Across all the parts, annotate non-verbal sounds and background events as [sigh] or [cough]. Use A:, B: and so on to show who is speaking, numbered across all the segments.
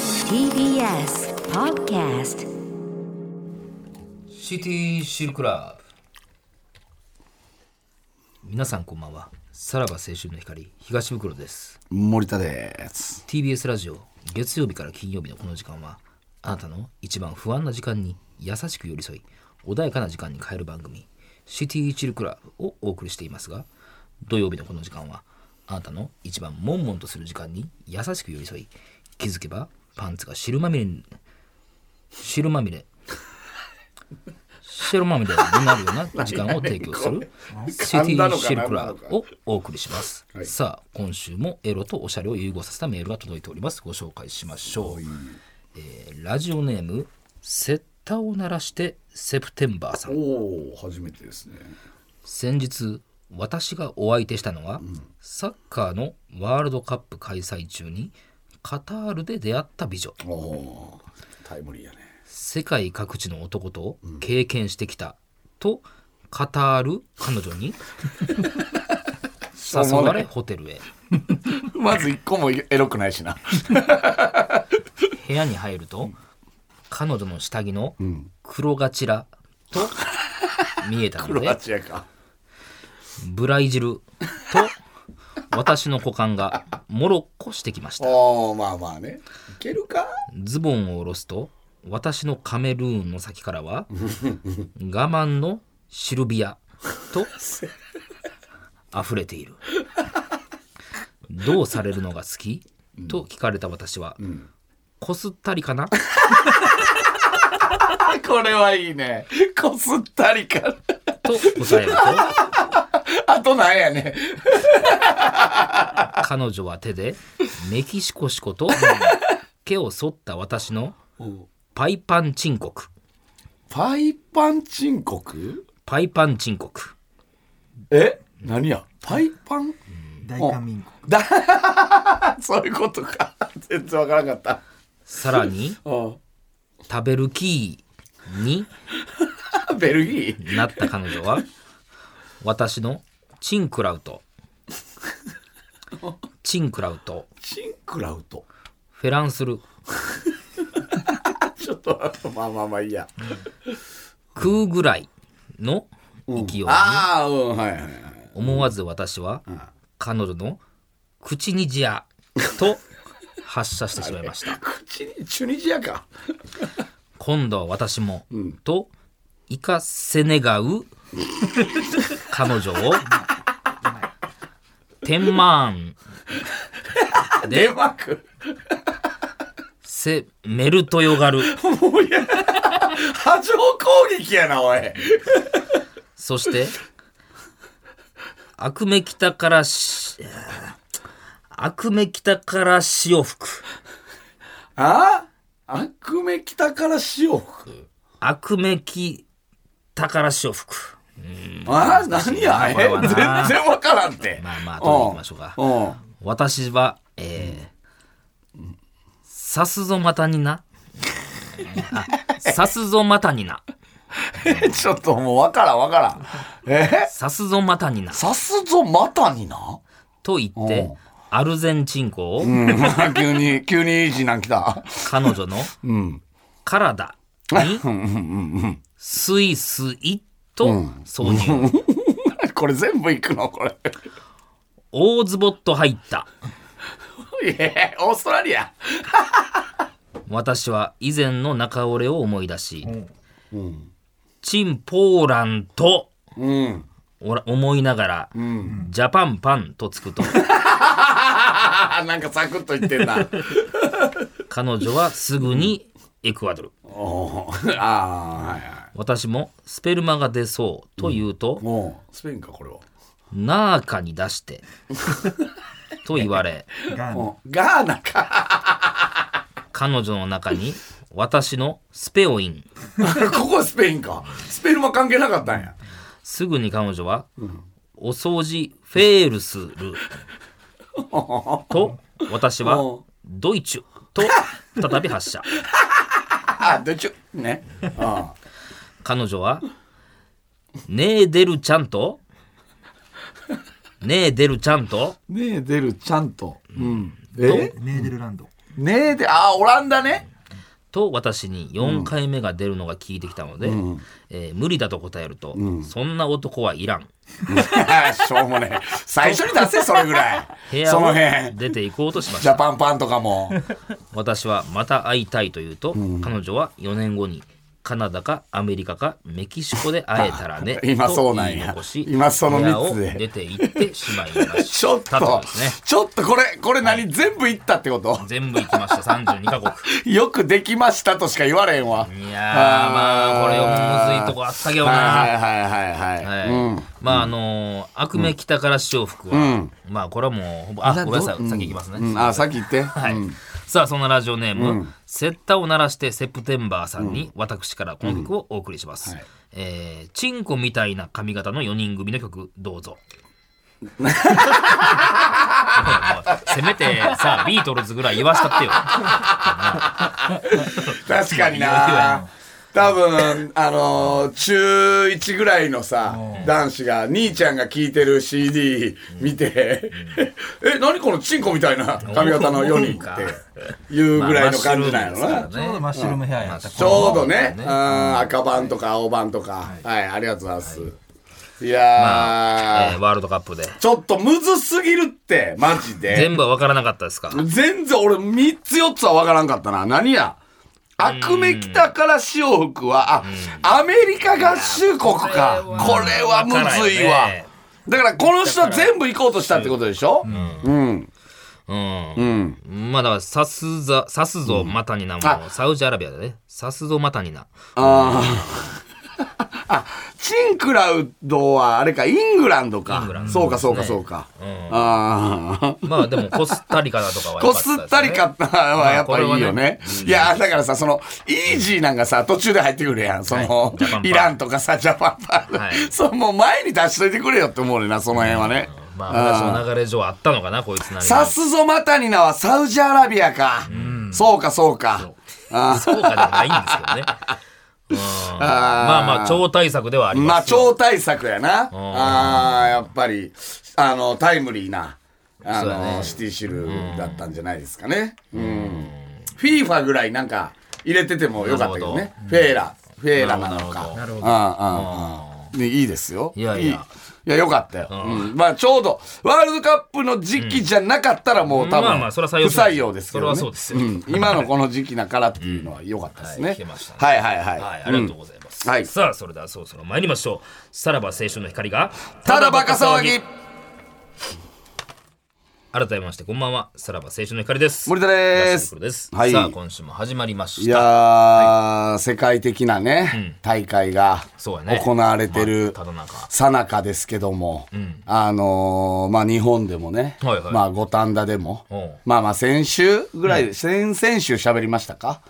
A: TBS Podcast
B: シティシルクラブ皆さんこんばんはさらば青春の光東袋です
C: 森田です。
B: TBS ラジオ月曜日から金曜日のこの時間はあなたの一番不安な時間に優しく寄り添い穏やかな時間に変える番組「シティチルクラブ」をお送りしていますが土曜日のこの時間はあなたの一番悶々とする時間に優しく寄り添い気づけばパンツが汁まみれに汁まみれ汁まみれになるような時間を提供するシティシルクラブをお送りします、さあ今週もエロとおしゃれを融合させたメールが届いておりますご紹介しましょう、えーラジオネームセッタを鳴らしてセプテンバーさん
C: おお、初めてですね。
B: 先日私がお相手したのは、サッカーのワールドカップ開催中にカタールで出会った美女
C: おお、タイムリーやね。
B: 世界各地の男と経験してきたと語る彼女に誘われホテルへ
C: [laughs] まず一個もエロくない [laughs] しな。
B: 部屋に入ると彼女の下着の黒ガチラと見えたの
C: クロ
B: で
C: アチアか。
B: ブライジルと私の股間がもろっこしてきました
C: おお、まあまあね。いけるか
B: ズボンを下ろすと私のカメルーンの先からは我慢のシルビアと溢れているどうされるのが好きと聞かれた私は、こすったりかな
C: あこれはいいね。こすったりか。
B: と答えると
C: あとなんやね。
B: 彼女は手でメキシコシコと毛を剃った私のパイパンチンコク
C: パイパンチンコク
B: パイパンチンコク
C: え何やパイパン
D: 大韓民国
C: あ、 [laughs] そういうことか。全然わからなかった。
B: さらに
C: うん
B: 食べるキーに
C: あベルギー
B: なった彼女は私のチンクラウトチンクラウト
C: チンクラウト。
B: フェランスル
C: ちょっと、まあまあまあいいや。
B: クーぐらいの勢いに
C: ああ、うん、はいはいはい。
B: 思わず私は彼女の口にじゃと発射してしまいました
C: 口に、チュニジアか。
B: 今度は私も、とイカせねがう彼女を天満
C: デンマーク。
B: せメルトヨガル
C: もういや、波状攻撃やな、おい。
B: そして、悪目北からし、悪目北から潮吹く。
C: あ悪目北から潮吹く。
B: 悪目北から潮吹く。
C: あ何や、え
B: これはな
C: 全然わからんって。
B: まあまあ、後で行きましょうか。
C: うん。
B: 私は、えーさすぞまたにな。あさすぞまたにな。
C: えちょっともうわからんわからん。え
B: さすぞまたにな。
C: さすぞまたにな
B: と言って、アルゼンチン語を
C: うん、まあ急に、急にイージーなん来た。
B: 彼女の体にスイスイと挿入、
C: これ全部いくのこれ。
B: 大ズボッと入った
C: いや、オーストラリア。
B: 私は以前の中折れを思い出し、チンポーランと
C: うん。
B: おら思いながら、ジャパンパンとつくと
C: あ、なんかサクッと言ってんな。
B: 彼女はすぐにエクアドル
C: おーあー、はいはい。
B: 私もスペルマが出そうと言うと、
C: もう、スペインか、これは。
B: ナーカに出してと言われ
D: が
C: うんガーナか。 [laughs]
B: 彼女の中に私のスペオイン
C: ここはスペインか。スペルマ関係なかったんや。
B: すぐに彼女は、お掃除フェールス
C: [laughs]
B: ルと私は
C: うん
B: ドイツと再び発
C: [laughs]
B: 射
C: あ、どっちゅね。あ
B: 彼女はねえデルちゃんとねえデルちゃんと
C: ねえ、出る、ちゃんと。うん。
D: メーデルランド
C: ねえで、ああ、オランダね。 [laughs]
B: と私に4回目が出るのが聞いてきたので、えー無理だと答えると、そんな男はいらん
C: しょうもねえ。最初に出せ、それぐら
B: 部
C: い。
B: 屋
C: その
B: を
C: 辺。
B: 出て行こうとしまし
C: ジャ
B: た
C: パンパンとかも。
B: 私はまた会いたいと言うと、彼女は4年後にカナダかアメリカかメキシコで会えたらね
C: [laughs] 今
B: と
C: そうなん
B: 言い
C: や
B: 残し
C: 今その
B: 部屋
C: 三
B: を
C: つで
B: 出て行ってしまい
C: [laughs]
B: ました
C: ちょっと
B: で、すね
C: ちょっとこれ、これ何、全部いったってこと
B: 全部行きました32カ国
C: よくできましたとしか言われへんわ。
B: いやー
C: [laughs]
B: まあこれむずいとこあったけどな、
C: はいはいはいはいはい。
B: はい
C: うん
B: まああのー、悪名北から潮服は、まあこれはもうほぼあごめんなさい先行きますね、
C: うん、あ、さっき言って。
B: はい
C: うん
B: さあそんなラジオネーム、セッタを鳴らしてセプテンバーさんに私からこの曲をお送りします、えーチンコみたいな髪型の4人組の曲どうぞ [laughs] せめてさビートルズぐらい言わしたって
C: [laughs]
B: よ
C: 確か
B: まあいいよい
C: に
B: いよ
C: な。多分、あのー中1ぐらいのさ、男子が、兄ちゃんが聴いてる CD 見て、え、何このチンコみたいな髪型の4人っていうぐらいの感じなんやろ
B: まあマ
C: な
B: ッシュルームです。
D: ちょうどマッシュルームヘアやった
C: ちょうどね、
B: ね
C: うん赤版とか青版とか、はい、ありがとうございます。いや
B: えー
C: ー、
B: ワールドカップで
C: ちょっとむずすぎるって、マジで。
B: 全部は分からなかったですか
C: 全然俺3つ4つは分からんかったな。何や悪目北から潮吹くは、あ、アメリカ合衆国か。これはむずいわ。だからこの人は全部行こうとしたってことでしょうん。
B: うん
C: うん。
B: まあだから、さすざ、さすぞまたになも、
C: あ
B: サウジアラビアだね。さすぞまたにな。
C: ああ。あ、チンクラウドはあれか、イングランドか。
B: イングランド
C: そうか、そうか、そうか。
B: うん。
C: ああ。
B: まあでも、コスタリカだとかは良
C: [laughs] コ
B: かったですね、
C: スタリカはやっぱりいいよね。いや、だからさ、その、イージーなんかさ、途中で入ってくるやん。そ
B: は
C: の
B: いジャパン、パン
C: イランとかさ、ジャパンパン。
B: はい
C: そう、もう前に出しといてくれよって思うねんな、その辺はね。
B: まあ、話の流れ上あったのかな、こいつなりに。
C: さすぞまたになはサウジアラビアか。そうか、そうか。あ
B: そうかでもないんですけどね。うん、まあまあ、超大作ではあり
C: ま
B: ま
C: あ、
B: すよ。
C: 超大作やな。ああ、やっぱり、あの、タイムリーな、あ
B: そうだ
C: の、
B: ね
C: シティシルだったんじゃないですかね。うん。FIFA ぐらいなんか入れててもよかったけど
B: なる
C: ね。フェーラ、フェーラ
B: な
C: な
B: る
C: の
B: ほ
C: か。
B: ど。なるほど
C: ああ、ああ、ね、いいですよ。
B: いやいや
C: いいや、よかったよ。うん。まあ、ちょうど、ワールドカップの時期じゃなかったら、もう多分、
B: まあまあそれは採用
C: 不
B: しない
C: 採用ですけど、ね。
B: それはそうですよ
C: ん。今のこの時期だからっていうのは良かったです
B: うんは
C: ね
B: い聞けましたね。
C: はいはいはい。
B: はい、ありがとうございます。
C: はい
B: さあ、それではそろそろ参りましょう。さらば青春の光が、
C: ただバカ騒ぎ
B: 改めまして、こんばんは。さらば青春の光です。
C: 森田で
B: 安
C: す
B: 田拓です。
C: はい
B: さあ、今週も始まりました。
C: いやー、世界的なね、大会が
B: そうやね
C: 行われてる
B: まあただなんか
C: さなかですけども、あのーまあ日本でもね、
B: はいはい
C: まあ五反田でも
B: うん、
C: まあまあ先週ぐらい、先々週喋りましたか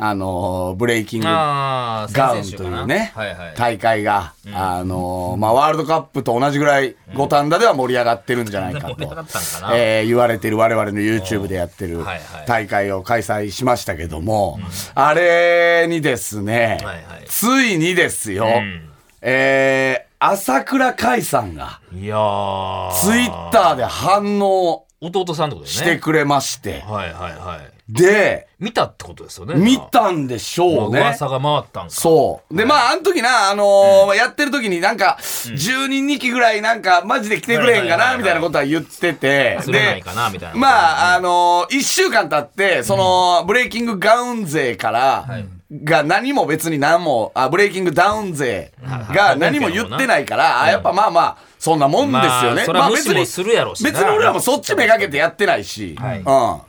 C: あのーブレイキング
B: ああ、
C: ガ
B: 先
C: ウン
B: 々週
C: と
B: か
C: い
B: な
C: うね、
B: はいはい。
C: 大会が、あのーまあ、ワールドカップと同じぐらい五反田では盛り上がってるんじゃないかと
B: 盛り上がったんかな
C: えー言われてる我々の YouTube でやってる
B: はいはい
C: 大会を開催しましたけども、あれにですね、
B: はいはい
C: ついにですよ、
B: ん
C: えー朝倉海さんが
B: いやー。
C: Twitter で反応
B: 弟さんってことだよね。
C: してくれまして、
B: はいはいはい。
C: で、
B: 見たってことですよね。
C: 見たんでし
B: まあ
C: ょうね。
B: 噂が回ったんか。
C: そう。で、まあ、あの時な、あのーやってる時になんか、10人2期ぐらいなんか、マジで来てく
B: は
C: れへんか
B: いはいはいは
C: な、
B: い
C: みたいなことは言ってて。
B: 釣れない
C: で
B: か、なみたいな。
C: まあ、
B: あ、
C: あのー、1週間経って、その、ブレイキングガウン勢から、が何も別に何も、あ、ブレイキングダウン勢が何も言ってないから、あやっぱまあまあ、そんなもんですよ
B: まあ
C: ね。
B: それは無視
C: 別に
B: もするやろうしな
C: 別に俺らもそっちめがけてやってないし、
B: は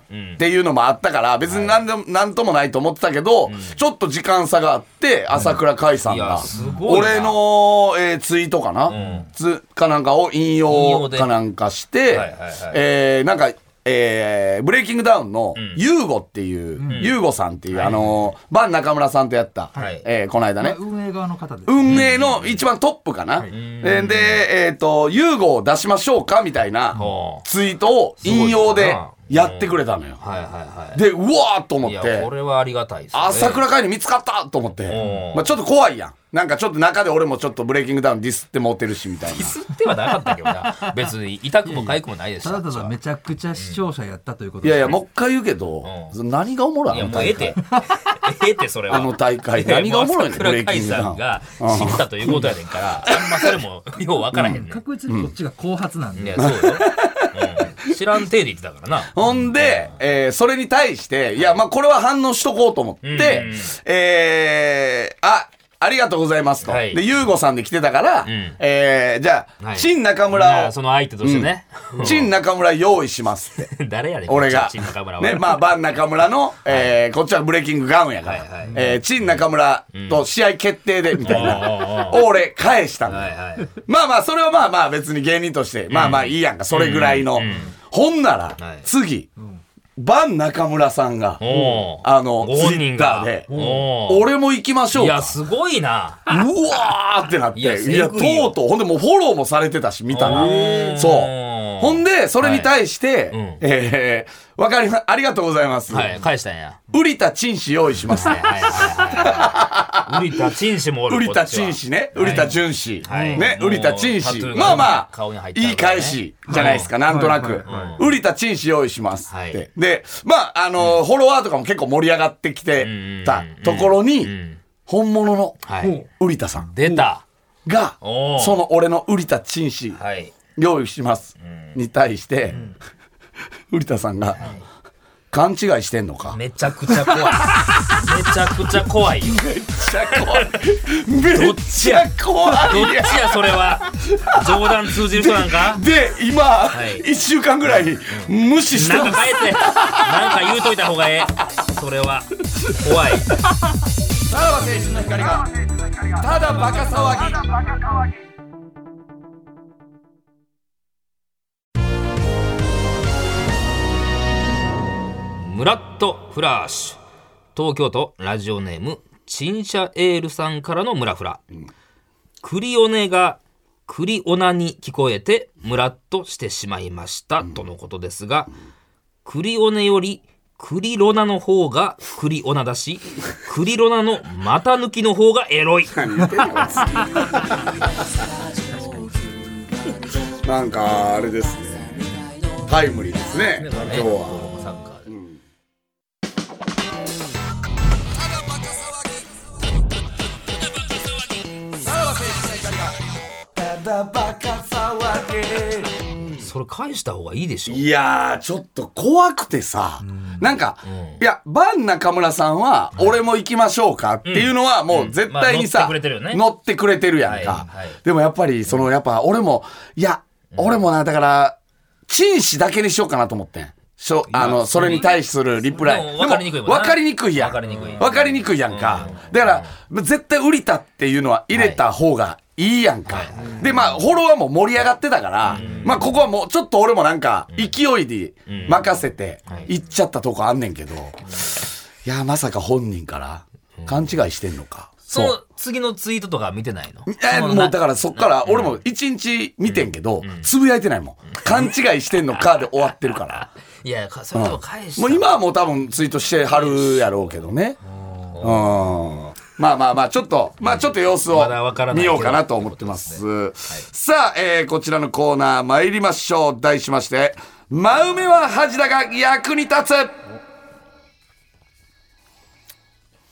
B: い
C: うん。っていうのもあったから、別に何でも、なんともないと思ってたけど、ちょっと時間差があって、朝倉海さん
B: いや
C: が
B: す、ごいな
C: 俺の、えーツイートかな、
B: ん
C: つかなんかを引
B: 引
C: 用
B: 用で
C: かなんかして、
B: はいはいはい
C: えーなんか、えーブレイキングダウンの、ユーゴっていう、ユーゴさんっていう、あのー、バン中村さんとやった、
B: はい
C: えーこの間ね、
D: 運営側の方で
C: 運営の一番トップかな。えーで、えっ、と、ユーゴを出しましょうかみたいな
B: ほう
C: ツイートを引用で
B: ごいな
C: やってくれたのよ。
B: はいはいは
C: で、うわーと思
B: い。い
C: っ
B: や、
C: て
B: こ、れはありがたいですね。
C: 朝倉海に見つかったと思って
B: う、ん
C: まあちょっと怖いやん。なんかちょっと中で俺もちょっとブレイキングダウンディスって持てるしみたいな。
B: 吸ってはなかったけど
C: [laughs]
B: な。別に痛くも痒くもないです
D: た
B: し
D: だただめちゃくちゃ視聴者やったということ
C: い
D: で
C: やいや、もう一回言うけど、何がおもろい
B: い
C: あ
B: や
C: の
B: もうええ
C: 大会
B: て。ええて [laughs] それは。
C: あの大会
B: いや
C: 何がおもろ
B: う
C: いの
B: 朝倉
C: ブレイキ
B: 海
C: ングダウン
B: さんが知ったということやねんから、あんまそれもようわからへんねん。
D: 確実にこっちが後発なん
B: い
D: で、
B: や、そうよ。うん知らん程度言ってたからな。
C: ほんで、えーそれに対して、いや、まあ、これは反応しとこうと思って、
B: うん
C: えーあ、ありがとうございますと。
B: はい
C: で、ゆうごさんで来てたから、
B: ん
C: えーじゃあ、
B: はい
C: チン中
B: ま
C: 村
B: あ
C: を、
B: その相手としてね。
C: チン中村用意しま
B: [laughs]
C: すって。
B: 誰やねん。
C: 俺が
B: 陳中村、は。
C: ね、まあ、バン中
B: [laughs]
C: 村の、えーこっちはブレイキングガウンやから、
B: はいはい
C: えーチン中村と試合決定で、みたいな、
B: う
C: 俺、返したんだよ
B: はいはい。
C: まあまあ、それはまあまあ別に芸人として、まあまあいいやんか、それぐらいの。ほんなら
B: はい、
C: 次、バン中村さんが、
B: おう
C: あの、
B: ご
C: ツ
B: 本
C: イッ
B: 人
C: ター
B: が
C: で、
B: おう
C: 俺も行きましょう
B: い
C: か
B: や、。すごいな。
C: うわーってなって、い
B: いや
C: や、
B: セグいよ
C: とうとう、ほんでもうフォローもされてたし、見た
B: へ
C: ら。
B: ー
C: そう。ほんで、それに対して
B: ん、
C: えー、わかりま、ありがとうございます。
B: はい、返したんや。
C: ウリタチン氏用意します
B: はい
C: ね。
B: はいはい
C: [laughs]
B: はい。ウリタチン氏もおる。
C: ウリ
B: こ
C: タ
B: っち
C: チ
B: は
C: ン氏ね。ウリタジュン氏。
B: はい
C: ね。
B: もう
C: ウリタチン
B: タト
C: 氏
B: ゥー。が
C: まあま
B: 顔に
C: あ
B: 入っ、てある
C: いい返しじゃないですか。
D: はい
C: なんとな
D: はい
C: く
D: はいは。
C: ウリタチン氏用意します
B: は
C: っ
B: い
C: て。で、まあ、あの、フォロワーとかも結構盛り上がってきてたところ
B: う
C: に、
B: ん
C: 本物の
B: はい。
C: ウリタさん
B: 出た。
C: が、
B: おー
C: その俺のウリタチン氏
B: はい。
C: 用意しますに対して、 [laughs] ウリタさんが、勘違いしてんのか。
B: めちゃくちゃ怖い。めちゃくちゃ怖いよ。
C: めっちゃ怖い。 [laughs] めっちゃ怖
B: どっ
C: い。
B: ちやそれは。冗談通じる人なんか。
C: で、今、
B: い
C: 一週間ぐらい無視して
B: なん
C: ます
B: か。返せ。なんか言うといた方がええ。それは怖い。
C: さらば青春の光が、ただバカ騒ぎ。
B: ムラッとフラッシュ東京都ラジオネームチンシャエールさんからのムラフラ、クリオネがクリオナに聞こえてムラッとしてしまいました、とのことですが、クリオネよりクリロナの方がクリオナだしクリロナの股抜きの方がエロい
C: なんか、あれですね。タイムリーですね。今日は。
B: サッカーでそれ返した方がいいでしょ
C: いやー、ちょっと怖くてさ、なんか、いや、バン中村さんは、俺も行きましょうかっていうのは、もう絶対に
B: まあ乗
C: さ、
B: ってくれてるよね
C: 乗ってくれてるやんか。
B: はいはい
C: でもやっぱり、その、やっぱ俺も、いや、俺もな、だから、チン氏だけにしようかなと思ってん。しょあの、それに対するリプライ。
B: でも分かりにくいもんな
C: 分かりにくいやん。
B: 分かりにくい
C: 分かりにくいやんか。だから、絶対売りたっていうのは入れた方がいいやんか。で、まあ、フォロワーも盛り上がってたから、まあ、ここはもう、ちょっと俺もなんか、勢いで任せて、行っちゃったとこあんねんけど、いや、まさか本人から、勘違いしてんのか。
B: そ
C: そう
B: の。次のツイートとか見てないの
C: え
B: そ
C: も
B: の
C: う
B: な
C: だからそっから俺も一日見てんけど、つぶやいてないもん。勘違いしてんのかで終わってるから。
B: いやかそれを返した
C: もう今はもう多分ツイートしてはるやろうけどね。うん。まあまあまあ、ちょっと、まあちょっと様子を
B: まだわからない
C: 見
B: けど
C: ようかなと思ってます。さあ、えーこちらのコーナー参りましょう。題しまして、真梅は恥だが役に立つ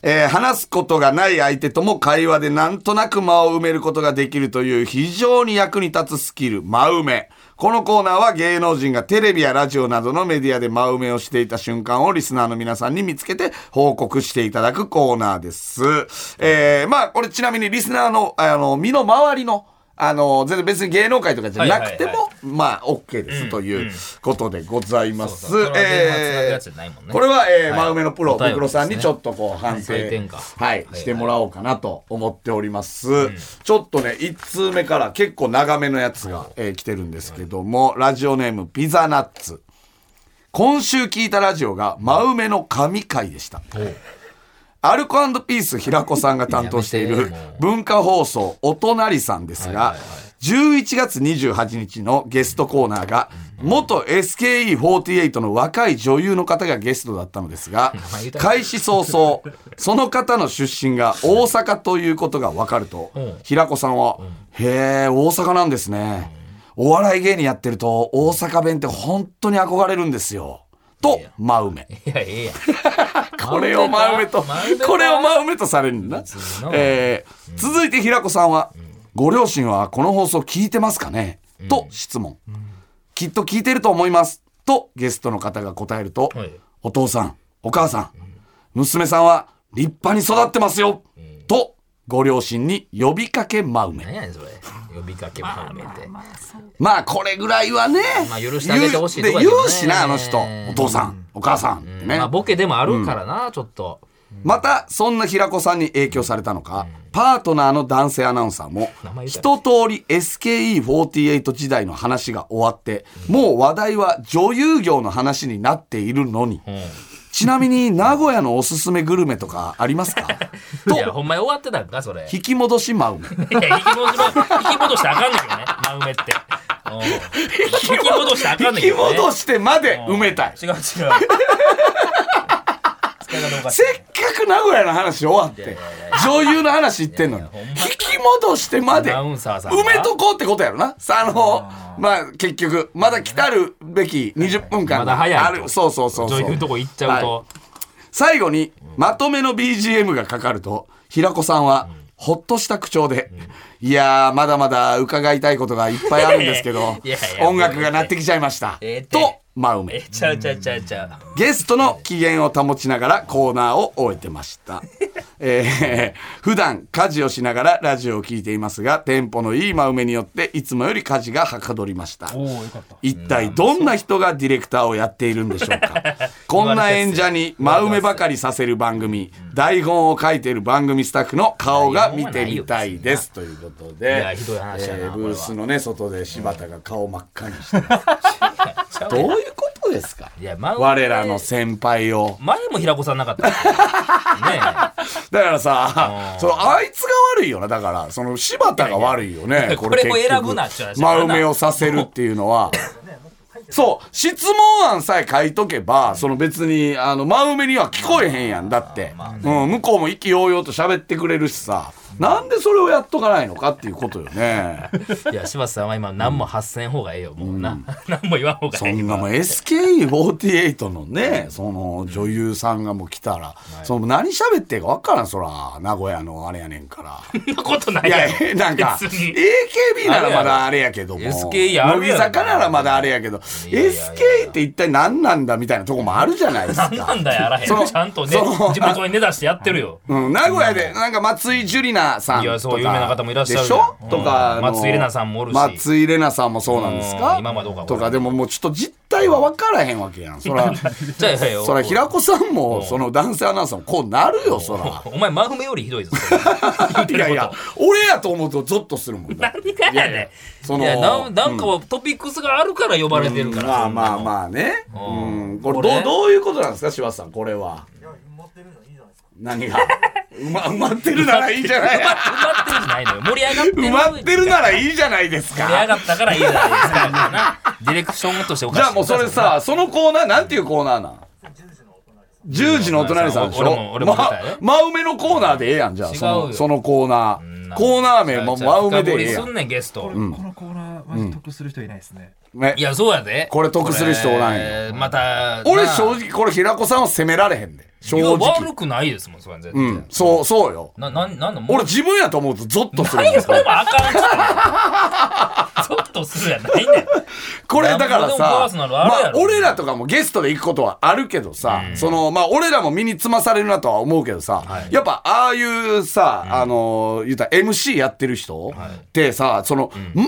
C: えー話すことがない相手とも会話でなんとなく間を埋めることができるという非常に役に立つスキル、間埋め。このコーナーは芸能人がテレビやラジオなどのメディアで間埋めをしていた瞬間をリスナーの皆さんに見つけて報告していただくコーナーです。えーまあこれちなみにリスナーの、あの、身の回りの、あの、全然別に芸能界とかじゃなくても、
B: はいはいは
C: まあ OK です、ということでございま
B: そ
C: す。
B: うそうそれは電話つなぐやつじゃないもんね
C: これは、えー
B: はい
C: 真埋めのプロ、
B: お便りですね
C: ブクロさんにちょっとこう反省、
B: 採点か
C: はい
B: はい、
C: してもらおうかなと思っております。ちょっとね、1通目から結構長めのやつが、えー来てるんですけども、ラジオネームピザナッツ。今週聞いたラジオが真埋めの神回でした。アルコピース平子さんが担当して
B: や
C: い
B: め
C: る
B: てもう
C: 文化放送お隣さんですが、11月28日のゲストコーナーが元 SKE48 の若い女優の方がゲストだったのです
B: [laughs]
C: が
B: 前言うた
C: 開始早々その方の出身が大阪ということが分かると
B: うん
C: 平子さんは「へえ大阪なんですね」お笑い芸人やってると大阪弁って本当に憧れるんですよ。と真埋め。
B: いや、ええやん。
C: これを真埋めと、
B: 真埋めか
C: これを真埋めとされるんだな
B: 通の。
C: えー続いて平子さんは、ご両親はこの放送聞いてますかねと質問。きっと聞いてると思います。とゲストの方が答えると
B: はい、
C: お父さん、お母さん、娘さんは立派に育ってますよ。と、ご両親に呼びかけ真埋め。
B: 何やねん、それ。呼びかけも含めて。
C: まあこれぐらいはね、
B: まあ許してあげてほしいと
C: 言
B: こ
C: う
B: やけ
C: で
B: どね
C: 言うしなあの人お父さんお母さんってね、
B: まあ、ボケでもあるからな、ちょっと。
C: またそんな平子さんに影響されたのか、パートナーの男性アナウンサーも
B: 名前言うた
C: 一通り SKE48 時代の話が終わって、もう話題は女優業の話になっているのに、ちなみに名古屋のおすすめグルメとかありま
B: [laughs]
C: すか
B: いや、
C: と
B: ほんまに終わってたんか、それ。
C: 引き戻しまうめ
B: いや、引き戻しま、引き戻したらあかんねんけどね、真埋めって。うん引き戻したらあかんねんけ
C: 引き
B: どね。
C: 戻してまで埋めたい
B: 違う違う。使い方おかしい
C: せ。っかく名古屋の話終わって女優の話言ってんのに
B: いやいやほんま
C: 引き戻してまで
B: アナウンサーさんが
C: 埋めとこうってことやろなさあのまあ結局まだ来たるべき20分間
B: まだ
C: が
B: 早いと
C: あるそうそうそうそ
B: 女優のとこ
C: う
B: 行っちゃう
C: は
B: と。
C: 最後にまとめの BGM がかかると平子さんはほっとした口調で「いやーまだまだ伺いたいことがいっぱいあるんですけど
B: [laughs] いやいやいや
C: 音楽が鳴ってきちゃいました
B: ええっ」て
C: と真埋め
B: え、ちゃうちゃうちゃうちゃう。
C: ゲストの機嫌を保ちながらコーナーを終えて
B: [laughs]
C: ました。えー、普段家事をしながらラジオを聞いていますが、テンポのいい真埋めによって、いつもより家事がはかどりました。一体どんな人がディレクターをやっているんでしょうか。こんな演者に真埋めばかりさせる番組、台本を書いている番組スタッフの顔が見てみたいです。ということで、
B: いやひどい話やな
C: えー
B: これは
C: ブースのね、外で柴田が顔真っ赤にして
B: [laughs]
C: ますどういうことですか
B: いや、真埋め
C: 我らの先輩を。
B: 前も平子さんなか
C: [laughs]
B: ったっけ。ね
C: だからさ、そのあいつが悪いよな。だから、その柴田が悪いよね。
B: これも
C: 結局
B: 選ぶなっちゅう話やな
C: 真埋めをさせるっていうのは。そう、質問案さえ書いとけば、その別に、あの、真埋めには聞こえへんやん。だって、うん、向こうも意気揚々と喋ってくれるしさ、なんでそれをやっとかないのかっていうことよね。
B: え。いや、柴田さんは今何も発せん方がええよ、もうな。何も言わん方が
C: そ
B: ええ
C: ん。なもう SKE48 のね、その女優さんがもう来たら、その何喋っていいか分からん、そら、名古屋のあれやねんから。
B: そんなこと [laughs] ない
C: い
B: や
C: や
B: ろ。
C: いや、なんか、
B: 別に
C: AKB ならまだあれやけども、
B: あるやろ SKE ある
C: 乃
B: や
C: 木
B: ろ
C: 坂ならまだあれやけど、
B: いやいやいや
C: SKE って一体何なんだみたいなとこもあるじゃないです
B: 何 [laughs] な
C: か。
B: んだよ、あらへ
C: その
B: ん。ちゃんとね、
C: その
B: 地元に根出してやってるよ。
C: うん、名古屋で、なんか松井樹里奈さ
B: い
C: んとか。
B: やそう有名な方もいらっしゃる
C: でしょ
B: うん
C: とか、あの
B: 松井玲奈さんもおるし
C: 松井玲奈さんもそうなんです
B: う
C: か
B: ん今までどうか
C: とか、でももうちょっと実態は分からへんわけやん。
B: [laughs]
C: そら、
B: じゃあ、いやいや
C: そら平子さんも、
B: ん
C: その男性アナウンサーもこうなるよ、そ
B: [laughs]
C: ら。
B: お前、真埋めよりひどいぞ。
C: [laughs]
B: それ言って
C: い
B: るこ
C: や
B: と
C: いや、俺やと思うとゾッとするもんな。
B: 何がや
C: いやい
B: ね
C: やそ
B: ん。い
C: の
B: や、なんなんかトピックスがあるから呼ばれてるから。
C: まあまあ
B: あ。
C: まあね。うん。これ
B: こ
C: ど
B: れ
C: うどういうことなんですか柴田さんこれは。何が。うま埋まってるならいいじゃない。
B: 埋まってるんじゃないのよ。盛り上がってる。
C: 埋まってるならいいじゃないです
B: 盛り上
C: か。
B: がったからいいじゃないですか。
C: [laughs]
B: なディレクションとしておか
C: じ
B: しい。
C: ゃあもうそれさそのコーナーなんていうコーナーなん。10時のお隣さんでしょ
B: 俺も俺も出
C: ま
B: たよ
C: 真埋めのコーナーでええやんじゃあそ
B: 違うよ
C: のそのコーナーコーナー名も真埋めでええや
B: す
C: ん
B: んねん、ゲスト。
E: このコーナーマジ得する人いないですね、
C: ね
B: いや、そうやで。
C: これ得する人おらんよ
B: これまた、な
C: 俺
B: あ
C: 正直これ平子さんは責められへんで正
B: いや
C: 直
B: 悪くないですもん、それは絶
C: う
B: 対。
C: んそうそうよ
B: な、なん、なんだ、もう
C: 俺自分やと思うとゾッとするもん
B: いやそれもあかんっつってんのちょっとするやないねん。
C: これだか
B: なんぼ
C: ら
B: でもパー
C: さ、
B: ソナ
C: ま
B: ルあるやろ
C: あ、俺らとかもゲストで行くことはあるけどさ、その、まあ、俺らも身につまされるなとは思うけどさ、
B: はい
C: やっぱ、ああいうさ、あの、言うたら MC やってる人ってさ、その、全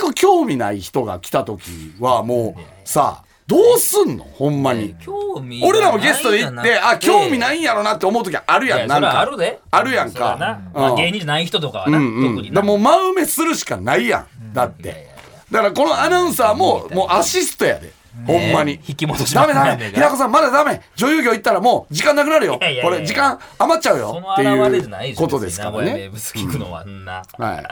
C: く興味ない人が来た時はもう、さ、どうすんのほんまに。
B: 興味
C: [laughs] 俺らもゲストで行って、あ、興味ないんやろなって思う時ある
B: いや
C: やん、なん
B: それは
C: か。
B: あるで。
C: あるやん
B: それはな
C: か。
B: まあ
C: うん
B: 芸人じゃない人とかはな、
C: うんうん
B: 特にな。
C: だからもう真埋めするしかないやん。だって。だからこのアナウンサーも、もうアシストやで。ほんまに。
B: 引き戻します
C: ダメダメ。平子さんまだダメ。女優業行ったらもう時間なくなるよ。
B: いやいやいや
C: これ時間余っちゃう
B: そ
C: よ
B: の
C: って
B: 現れじゃないいう
C: ことですから
B: 別に名古屋名
C: ね。
B: 物聞くのはあんな。
C: はい。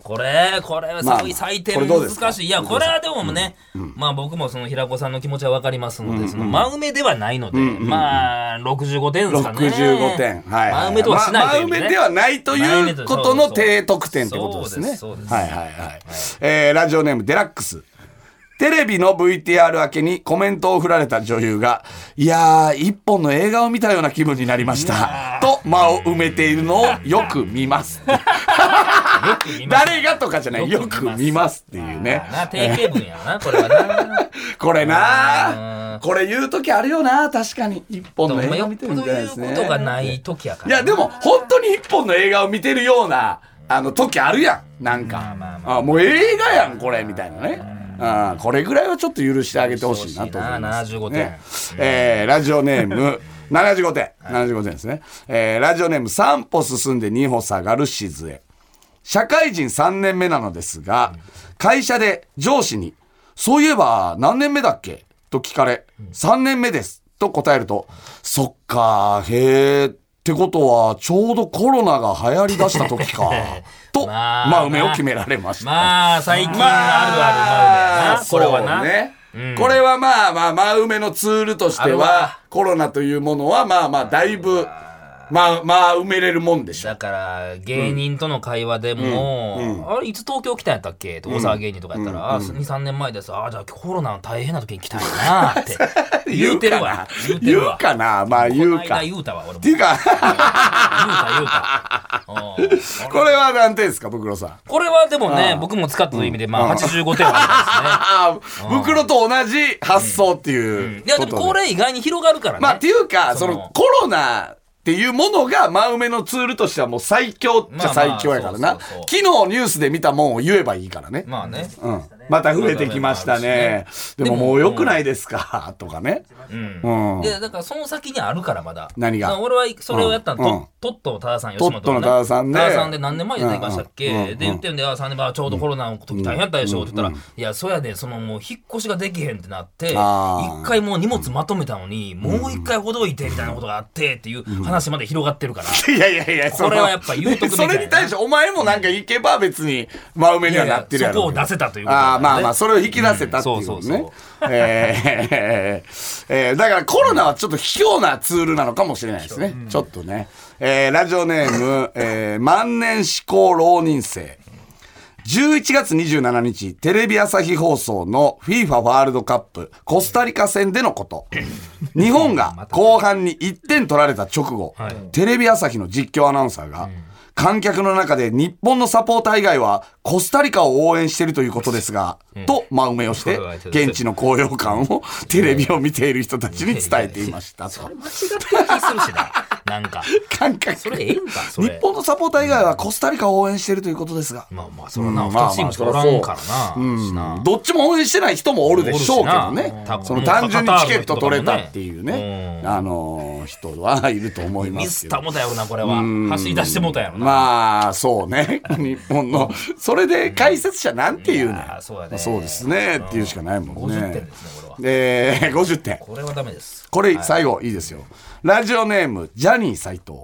B: これこれはす
C: まあ
B: ごい採点
C: これどうですか
B: 難しいいやこれはでもねまあ僕もその平子さんの気持ちは分かりますのでその真埋めではないのでまあ65点ですかね
C: 65点。はいはい。
B: 真埋めとはしないというね
C: ま真埋めではないということの低得点ってことですね。
B: そうですそうです
C: はいはいはい。えーラジオネームデラックス。テレビの VTR 明けにコメントを振られた女優が、いやー、一本の映画を見たような気分になりました。と、間を埋めているのをよく
B: [laughs]
C: 見ます。誰がとかじゃない、よく見ますっていうね。
B: な定型文やなこれはな
C: これな [laughs] あこれ言う時あるよな確かに一本
B: でも
C: の映画
B: よ
C: 見
B: ってぽ
C: る
B: ど
C: んじゃな
B: 言
C: いで
B: う
C: す
B: こと
C: ね
B: がない時やか
C: い
B: ら
C: やでも本当に一本の映画を見てるようなあの時あるやんなんか、
B: まあま
C: あもう映画やんこれみたいなね、あこれぐらいはちょっと許してあげてほしいなと思います、
B: 75点
C: ねえーラジオネ
B: [laughs]
C: ーム75点75点ですね、えーラジオネーム3歩進んで2歩下がるしずえ社会人3年目なのですが、会社で上司に、そういえば何年目だっけと聞かれ、3年目ですと答えると、そっか、へえ、ってことは、ちょうどコロナが流行り出した時
B: [laughs]
C: か、と、
B: まあ
C: まあ、梅を決められました。
B: まあ最近あるあるあるなこれはな
C: そうねこれはまあまあ、真埋めのツールとし
B: あ
C: て
B: るわ
C: は、コロナというものはまあまあ、だいぶ、まあまあ、埋めれるもんでしょ
B: だ。から芸人との会話でも、あれいつ東京来たんやったっけって大沢芸人とかやったら、あ23年前ですあじゃあコロナの大変な時に来たんやなって
C: [laughs]
B: 言うてるわ
C: 言うかな言う
B: こ
C: かなまあ言う
B: の
C: か。
B: 間
C: っ
B: 言うたわ俺も
C: ていうか、
B: 言うた言うたうん
C: これは何点ですか、ブクロさん。
B: これはでもね僕も使ったという意味で、まあ85点はあ
C: ああ、袋と同じ発想って
B: る
C: い
B: ん
C: う
B: ですねいやでもこれ意外に広がるからね、
C: まあ、っていうか、
B: そ
C: そ
B: の
C: のコロナっていうものが真埋めのツールとしてはもう最強っちゃ最強やから
B: まあ
C: な
B: まあそうそう。
C: 昨日ニュースで見たもんを言えばいいからね。
B: まあね、
C: うん、また増えてきましたね。でももう良くないですか、とかね。うん。
B: でだからその先にあるからまだ
C: 何が
B: だから俺はそれをやったの、
C: うん
B: トトットの多田さん吉
C: ト
B: 本
C: ットの多田さんね
B: 多田さんで何年前に出てきましたっけ、
C: うんうんうんうん
B: で言ってるんで「あ3年前ちょうどコロナの時大変やったでしょ」って言ったら「いやそやでそのもう引っ越しができへん」ってなって
C: あー
B: 一回もう荷物まとめたのに、もう一回ほどいてみたいなことがあってっていう話まで広がってるから。
C: いやいやいや、その
B: これはやっぱ言うとくべきだ
C: そ
B: よな
C: れに対して、お前もなんか行けば別に真埋め
B: い
C: に
B: や
C: はいな
B: や
C: ってるや
B: そこ
C: ろ
B: を
C: うけど。
B: 出せたということだからね
C: ああまあまあそれを引き出せたって
B: う
C: い
B: ん
C: う
B: そう
C: こ
B: そ
C: と
B: う
C: ね。えーえーだからコロナはちょっと卑怯なツールなのかもしれないですね。ちょっとね。えーラジオネーム、えー万年思考浪人生。11月27日、テレビ朝日放送の FIFA ワールドカップコスタリカ戦でのこと。
B: [laughs]
C: 日本が後半に1点取られた直後、
B: はい
C: テレビ朝日の実況アナウンサーが、観客の中で日本のサポーター以外はコスタリカを応援しているということですが、と真埋めをして
B: これはちょっと
C: 現地の高揚感をテレビを見ている人たちに伝えていましたと
B: それ間違ってる気するしな [laughs] なんか
C: 観客
B: それええんかそ
C: 日
B: れ
C: 本のサポーター以外はコスタリカを応援しているということですが、
B: まあまあそれな、
C: うん
B: 二チームしかおらんからな、しな
C: どっちも応援してない人もおるでしょうけど
B: おるし
C: ね
B: な
C: その単純にチケット取れたっていう
B: カタールの人とかもね
C: ねあのー人はいると思いま
B: ミ
C: す
B: ス
C: け
B: った
C: ど
B: もたやろなこれは走り出してもたやろな、
C: まあそう
B: [laughs]
C: ね日本のそれで解説者なんていうの
B: いやーそうやね
C: そうですねっていうしかないもん
B: 50点
C: ね
B: ですねこれは
C: えー、50点
B: これはダメです
C: これ最後いいですよラジオネームジャニー斎藤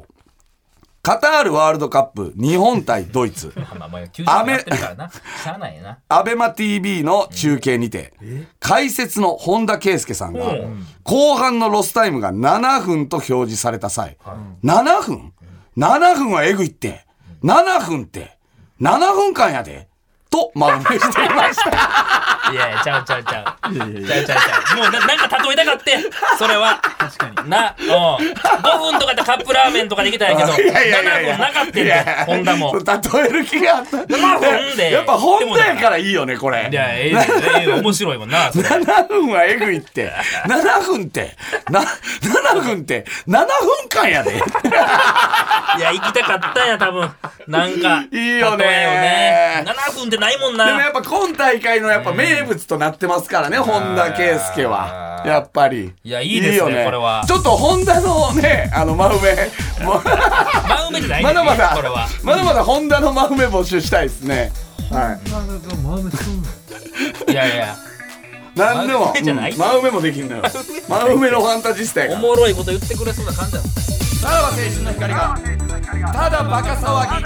C: カタールワールドカップ日本対ドイツ
B: まあまあまあ90点やってるからなしゃあないな
C: アベマ t v の中継にて、解説の本田圭佑さんが
B: うん、
C: 後半のロスタイムが7分と表示された際、7分 ?7 分はえぐいって、7分って、7分間やで、と、まめしていました。
B: いやいやちゃうちゃうちゃうちゃうちゃうちゃうもうななんか例えたかってそれは確
E: か
B: になうん5分とかでカップラーメンとかできたんやけど
C: いやいやいや
B: 7
C: いや
B: 分なかったんだホンダも
C: 例える気があった。
B: 分で
C: やっぱ本田やからいいよね、これ。
B: いやええよええよ面白いもん
C: [laughs]
B: なそれ
C: 7分はえぐいって。7分って。な、7分って。7分間やで。
B: いや、行きたかったんや、多分。なんか。
C: いいよね
B: 例えよね7分ってないもんな。
C: [laughs] でもやっぱ今大会のやっぱ名物となってますからね、本田圭佑は。やっぱり。
B: いやいいですね
C: よ
B: これは
C: ちょっと本田のね、あの、真埋め、もう
B: 真埋めじゃないね
C: まだまだ
B: これは。、
C: まだまだ本田の真埋め募集したいですね。はい。
D: 真埋めすんの
B: いやい
C: [laughs]
B: や、
C: 何で
B: 真
C: も、
B: 埋めじゃない
C: うん真埋めもできんのよ。真埋めのファンタジスタやか
B: お
C: ら。
B: もろいこと言ってくれそうな感じだもん
C: さらば青春の光が、ただバカ騒ぎ。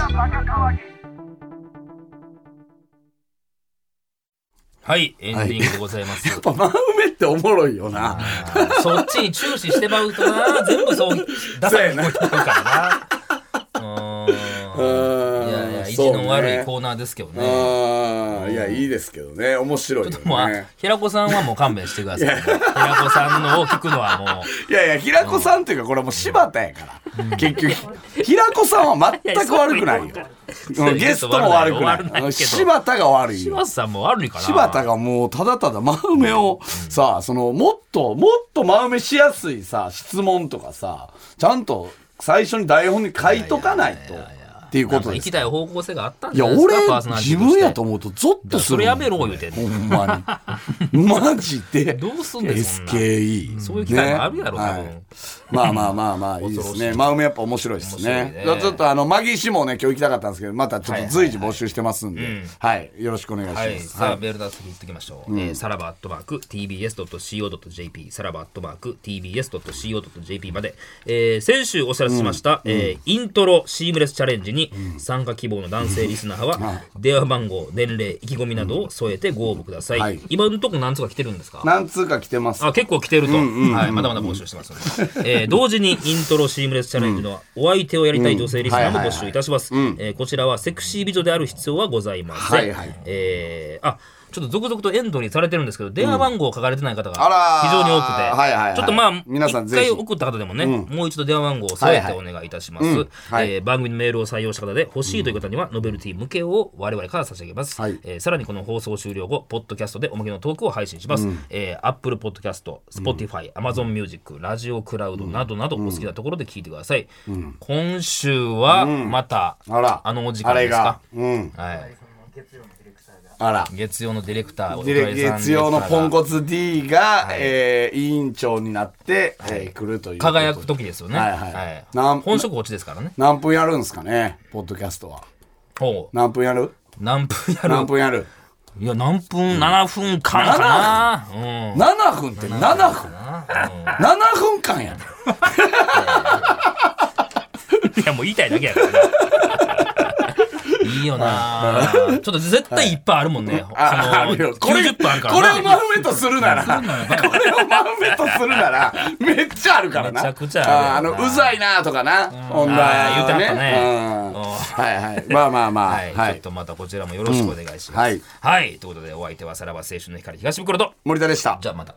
B: はい、エンディングでございます。
C: やっぱ真梅っておもろいよな。
B: [laughs] そっちに注視してまうとな、全部そう、ダサい聞こえてくる
C: [laughs]
B: からな。うーんいやいや、意地の悪いコーナーですけどね。
C: ああ、いや、いいですけどね。面白いよ
B: もうあ
C: ね。、
B: 平子さんはもう勘弁してください。平子さんのを聞くのはもう。
C: [laughs] いやいや、平子さんっていうか、これはもう柴田やから。結局、平子さんは全く悪くないよ。うんゲストも悪く
B: 悪くないけ
C: な
B: ど
C: い。柴田が悪い
B: 柴
C: よ。
B: 田さんも悪いかな。
C: 柴田がもうただただ真梅をさあそのもっともっと真梅しやすいさ質問とかさちゃんと最初に台本に書いとかないとっていう
B: な
C: こ
B: ん
C: と
B: か
C: で
B: 行
C: す
B: きたい方向性があったん
C: い
B: じ
C: や
B: ゃないですか
C: 俺
B: パーソナリティ
C: 自
B: して
C: 分やと思うとゾッ
B: だか
C: とする
B: らそれやめろ言うてん
C: ほ
B: の
C: んまに [laughs] マジで
B: どうすんねんそんな
C: SKE
B: そういう機会もあるやろ多分
C: ねはいまあまあまあまあいいですね真梅やっぱ面白いですね
B: 面白いね
C: ちょっとあのマギー氏もね今日行きたかったんですけどまたちょっと随時募集してますんで
B: はいはい
C: はいよろしくお願いしま
B: はい、
C: す
B: さあ、メール出していってきましょう。えーさらばアットマーク tbs.co.jp、さらばアットマーク tbs.co.jp まで、えー先週お知らせしました、えーイントロシームレスチャレンジに参加希望の男性リスナーは、電話番号、年齢、意気込みなどを添えてご応募ください。
C: はい
B: 今のところ何つか来てるんですか
C: 何通か来てます
B: あ結構来てると、はい、まだまだ募集してますの
C: [laughs]
B: で、えー同時にイントロシームレスチャレンジのお相手をやりたい女性リスナーも募集いたします、えーこちらはセクシー美女である必要はございません、
C: はいはい
B: えーあちょっと続々とエントリーされてるんですけど電話番号を書かれてない方が
C: あらー
B: 非常に多くて、
C: はいはいはい
B: ちょっとまあ
C: 皆さん
B: 一
C: ぜひ
B: 回送った方でもね、もう一度電話番号を添えて
C: はい
B: お願いいたします、
C: うんはい
B: えー番組のメールを採用した方で欲しいという方にはノベルティ向けを我々から差し上げます、
C: はい
B: えーさらにこの放送終了後、ポッドキャストでおまけのトークを配信します。えー Apple Podcast、Spotify、Amazon Music、ラジオクラウドなどなどお好きなところで聞いてください。今週はまた、
C: あら
B: のお時間ですか。
C: あれがうん
B: はい、
C: あら
B: 月曜のディレクターを
C: で月曜のポンコツ D が、
B: い
C: えー委員長になって、えー来るということで
B: 輝く時ですよね。
C: はいはいなん
B: 本職落ちですからね。
C: 何分やるんですかねポッドキャストは
B: ほう
C: 何分やる
B: 何分やる
C: 何分やる
B: いや、何分、7分間かな。うん
C: 7分って7分7分間やで
B: いや、もう言いたいだけやからね。いいよなちょっと絶対いっぱいあるもんね。
C: あ
B: そ
C: ある
B: の
C: よこれ
B: 90分あるから
C: これを
B: な。
C: 真上とするならこれを真上とするならめっちゃあるからな
B: めちゃくちゃあ
C: あ
B: るよな
C: ーあのうざいなとかな、女
B: あー言うてはったね
C: ねうん
B: うん
C: はいはいまあまあまあ
B: は、
C: はいい、
B: ちょっとまたこちらもよろしくお願いします。
C: うんはい
B: はい、ということでお相手はさらば青春の光東袋と、
C: 森田でした
B: じゃあまた。